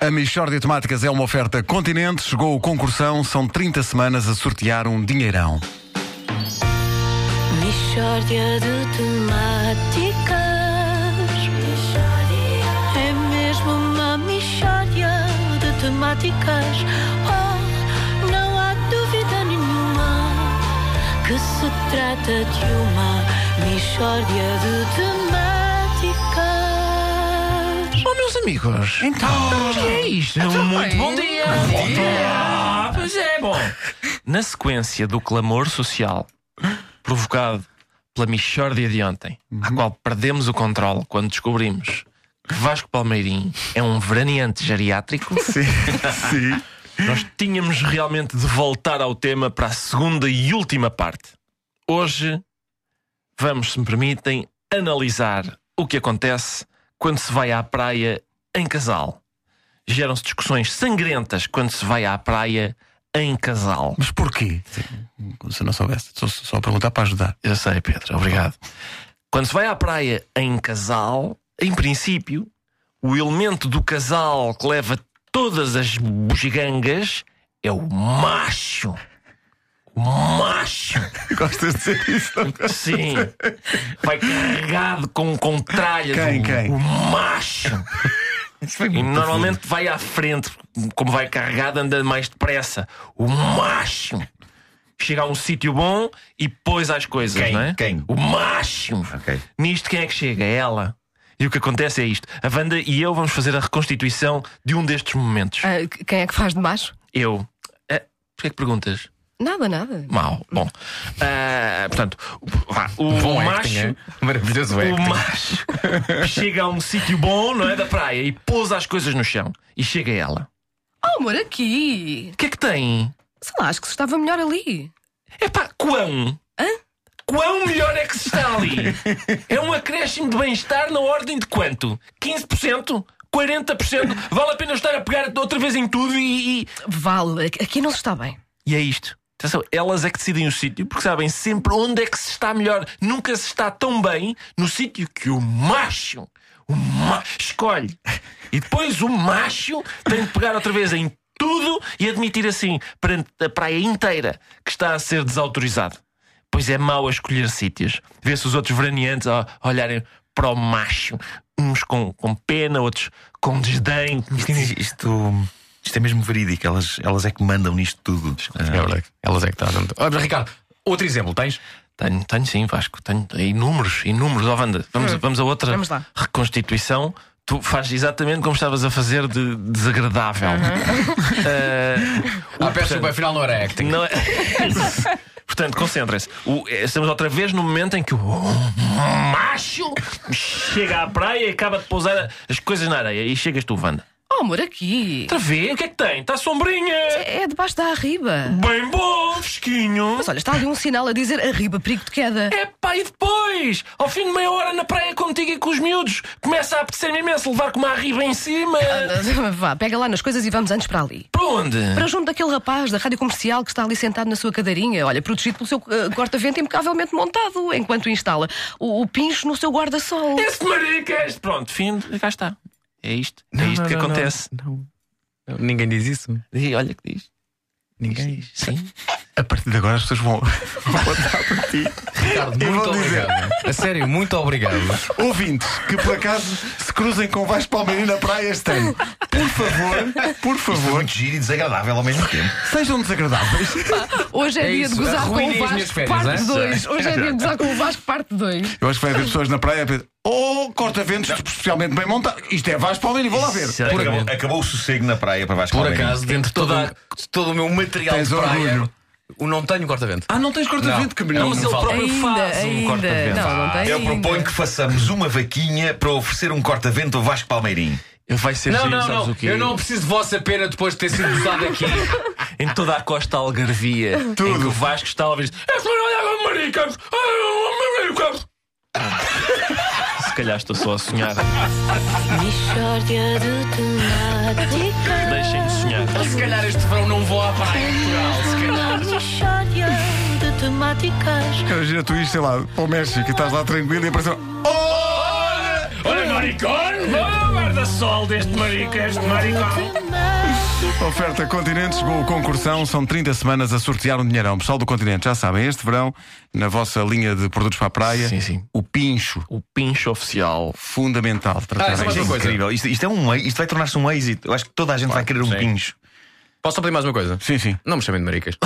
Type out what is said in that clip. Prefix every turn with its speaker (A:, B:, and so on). A: A Michórdia de Temáticas é uma oferta continente. Chegou o concursão, são 30 semanas a sortear um dinheirão.
B: Mishória de temáticas É mesmo uma mishória de temáticas Oh, não há dúvida nenhuma Que se trata de uma mishória de temáticas
C: Oh, meus amigos. Então, mas que é isto?
D: Então,
C: muito
D: bem.
C: bom dia.
D: Bom dia.
C: Ah, pois é, bom.
D: Na sequência do clamor social provocado pela Michórdia de ontem, à qual perdemos o controle quando descobrimos que Vasco Palmeirim é um veraneante geriátrico,
A: Sim.
D: nós tínhamos realmente de voltar ao tema para a segunda e última parte. Hoje vamos, se me permitem, analisar o que acontece quando se vai à praia em casal. Geram-se discussões sangrentas quando se vai à praia em casal.
A: Mas porquê? Se eu não soubesse, só, só perguntar para ajudar.
D: Eu sei, Pedro, obrigado. Quando se vai à praia em casal, em princípio, o elemento do casal que leva todas as bugigangas é o macho. O macho.
A: Gostas de dizer isso?
D: Sim. Vai carregado com, com tralhas.
A: Quem,
D: o,
A: quem?
D: o macho. E normalmente vai à frente, como vai carregado, anda mais depressa. O macho. Chega a um sítio bom e pôs as coisas,
E: Quem?
D: não é?
E: Quem?
D: O macho.
E: Ok.
D: Nisto quem é que chega? É Ela. E o que acontece é isto. A Wanda e eu vamos fazer a reconstituição de um destes momentos.
F: Ah, quem é que faz de macho?
D: Eu. Ah, Porquê é que perguntas?
F: Nada, nada.
D: Mal. Bom. Ah, portanto, vá, o
E: Bom
D: macho.
E: acting, é? Maravilhoso acting.
D: O macho chega a um sítio bom, não é? Da praia e pousa as coisas no chão. E chega ela.
F: Oh, amor, aqui.
D: O que é que tem?
F: Sei lá, acho que se estava melhor ali.
D: É pá, quão?
F: Hã?
D: Quão melhor é que se está ali? é um acréscimo de bem-estar na ordem de quanto? 15%? 40%? Vale a pena eu estar a pegar outra vez em tudo e. e-
F: Vale, aqui- aqui não se está bem.
D: E é isto. Atenção, elas é que decidem o sítio porque sabem sempre onde é que se está melhor. Nunca se está tão bem no sítio que o macho o ma escolhe. E depois o macho tem de pegar outra vez em tudo e admitir assim, perante a praia inteira, que está a ser desautorizado. Pois é mau a escolher sítios. Vê-se os outros veraneantes a a olharem para o macho. Uns com, com pena, outros com desdém.
E: Isto, isto, isto é mesmo verídico, elas, elas é que mandam nisto tudo.
C: É verdade. Elas é que estão. Ah, mas, Ricardo, outro exemplo tens?
D: Tenho, tenho sim, Vasco. Tenho inúmeros, inúmeros. Ó, Wanda, vamos, vamos a outra
F: Hum. Vamos lá.
D: reconstituição. Tu fazes exatamente como estavas a fazer de desagradável. Eh,
C: Ah, peço desculpa, afinal não era acting.
D: Não é- Portanto, concentrem-se. O- eh, Estamos outra vez no momento em que o macho chega à praia e acaba de pousar as coisas na areia. E chegas tu, Wanda.
F: Oh, amor, aqui.
D: Outra vez? O que é que tem? Está sombrinha!
F: É debaixo da arriba.
D: Bem bom, fresquinho!
F: Mas olha, está ali um sinal a dizer arriba, perigo de queda.
D: É pá, e depois? Ao fim de meia hora na praia contigo e com os miúdos, começa a apetecer-me imenso levar com uma arriba em cima.
F: Vá, pega lá nas coisas e vamos antes para ali.
D: Para onde?
F: Para junto daquele rapaz da rádio comercial que está ali sentado na sua cadeirinha, olha, protegido pelo seu eh, corta-vento impecavelmente montado, enquanto instala o, o pincho no seu guarda-sol.
D: Esse maricas! Pronto, fim, de- cá está. É isto, é isto que acontece.
C: Não. Ninguém diz isso.
D: E olha que diz.
C: Ninguém.
D: Sim.
A: A partir de agora as pessoas vão.
C: Ricardo, muito
A: vou dizer.
C: obrigado. A sério, muito obrigado.
A: Ouvintes que por acaso se cruzem com Vasco Palmeirinho na praia este ano. Por favor, por favor,
E: Muito giro e desagradável ao mesmo tempo.
A: sejam desagradáveis.
F: Hoje é,
C: É
F: dia
C: isso,
F: de gozar com
C: arruinem
F: o
C: as minhas
F: Vasco,
C: férias,
F: parte
C: hein?
F: 2. Hoje é dia de gozar com o Vasco, parte 2.
A: Eu acho que vai haver pessoas na praia a pensar, oh, corta-ventos especialmente bem montado. Isto é Vasco Palmeirinho, vou lá ver.
D: Isso é-
A: Por-
E: Acabou, acabou o sossego na praia para Vasco
C: Por
E: Palmeirim.
C: acaso, dentro de toda, todo o meu material
A: Tens
C: de praia,
A: orgulho.
C: o não tenho corta-vento.
A: Ah, não tens corta-vento,
C: Não.
A: que menino.
C: Não, mas
D: Mas ele
C: falta.
D: próprio faz
F: ainda,
D: um corta-vento.
F: Não, não tem
E: Eu
F: ainda.
E: proponho que façamos uma vaquinha para oferecer um corta-vento ao Vasco Palmeirim.
D: Vai ser
C: Não,
D: giro,
C: não,
D: sabes o
C: não.
D: quê?
C: Eu não preciso de vossa pena depois de ter sido usado aqui.
D: Em toda a costa algarvia, Tudo. em que o Vasco está a ouvir. Esse olha maricas! Ah, maricas! Se calhar estou só a sonhar.
B: Mishória de temáticas
D: Deixem-me sonhar.
C: Se calhar este verão não vou à praia.
B: Uma mishória de temáticas
A: Imagina tu isto, sei lá, para o México e estás lá tranquilo e apareceu.
C: Olha, maricón, vá, guarda
D: girassol deste marico, este maricão.
A: Oferta Continente chegou o concursão, são 30 semanas a sortear um dinheirão. Pessoal do Continente, já sabem, este verão, na vossa linha de produtos para a praia,
D: Sim, sim.
A: o pincho,
D: O pincho oficial.
A: fundamental. Tratar
C: Ah, essa é
A: disso.
C: uma coisa.
E: Incrível. Isto, isto é um, ê- isto vai tornar-se um êxito. Eu acho que toda a gente vai querer um
C: sim.
E: pincho.
C: Posso só pedir mais uma coisa?
A: Sim, sim.
C: Não me chamem de maricas.